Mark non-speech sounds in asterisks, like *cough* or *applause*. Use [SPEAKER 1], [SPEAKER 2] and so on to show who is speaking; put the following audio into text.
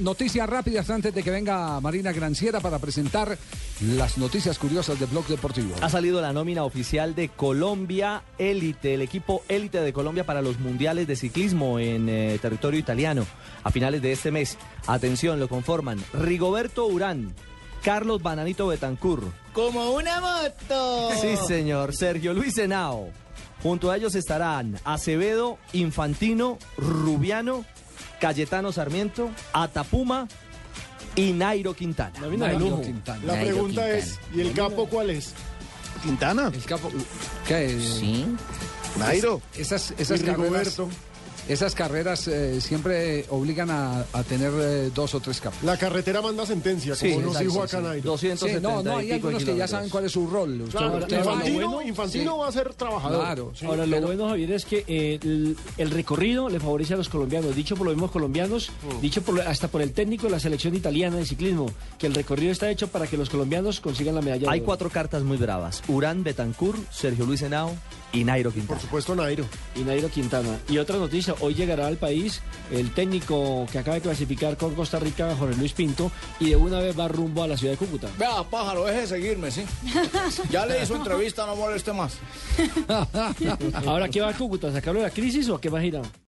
[SPEAKER 1] Noticias rápidas antes de que venga Marina Granciera para presentar las noticias curiosas de Blog Deportivo.
[SPEAKER 2] Ha salido la nómina oficial de Colombia Élite, el equipo élite de Colombia para los mundiales de ciclismo en eh, territorio italiano a finales de este mes. Atención, lo conforman Rigoberto Urán, Carlos Bananito Betancur.
[SPEAKER 3] Como una moto.
[SPEAKER 2] Sí, señor, Sergio Luis Henao. Junto a ellos estarán Acevedo, Infantino, Rubiano, Cayetano Sarmiento, Atapuma y Nairo Quintana.
[SPEAKER 1] Nómina de lujo. Quintana.
[SPEAKER 4] La pregunta es, ¿y el capo cuál es?
[SPEAKER 3] Quintana.
[SPEAKER 1] El capo. uh, ¿Qué es?
[SPEAKER 3] Sí.
[SPEAKER 4] Nairo.
[SPEAKER 1] Esas, esas
[SPEAKER 4] Y
[SPEAKER 1] carreras.
[SPEAKER 4] Rigoberto.
[SPEAKER 1] Esas carreras eh, siempre obligan a, a tener eh, dos o tres capos.
[SPEAKER 4] La carretera manda sentencia,
[SPEAKER 2] Sí,
[SPEAKER 4] como nos
[SPEAKER 1] exacto,
[SPEAKER 4] dijo
[SPEAKER 1] sí,
[SPEAKER 4] acá
[SPEAKER 1] sí.
[SPEAKER 4] Nairo.
[SPEAKER 2] 270
[SPEAKER 1] Sí, no, no, hay
[SPEAKER 2] y pico de
[SPEAKER 1] algunos que ya
[SPEAKER 2] kilómetros.
[SPEAKER 1] saben cuál es su rol. Usted-
[SPEAKER 4] Claro,
[SPEAKER 1] usted va-
[SPEAKER 4] Infantino,
[SPEAKER 5] bueno-
[SPEAKER 4] Infantino va a ser trabajador.
[SPEAKER 1] Claro.
[SPEAKER 4] Sí.
[SPEAKER 5] Ahora, lo bueno, Javier, es que eh, el, el recorrido le favorece a los colombianos, dicho por los mismos colombianos, dicho por, hasta por el técnico de la selección italiana de ciclismo, que el recorrido está hecho para que los colombianos consigan la medalla. de
[SPEAKER 2] Hay
[SPEAKER 5] oro.
[SPEAKER 2] cuatro cartas muy bravas. Urán, Betancur, Sergio Luis Henao y Nairo
[SPEAKER 4] Por
[SPEAKER 2] Quintana.
[SPEAKER 4] supuesto, Nairo.
[SPEAKER 5] Y Nairo Quintana. Y otra noticia, hoy llegará al país el técnico que acaba de clasificar con Costa Rica, Jorge Luis Pinto, y de una vez va rumbo a la ciudad de Cúcuta.
[SPEAKER 6] Vea, pájaro, deje de seguirme, ¿sí? Ya le hizo entrevista, no moleste más.
[SPEAKER 1] *laughs*
[SPEAKER 5] Ahora, ¿qué va a Cúcuta? ¿Sacarlo de la crisis o a qué va a girar?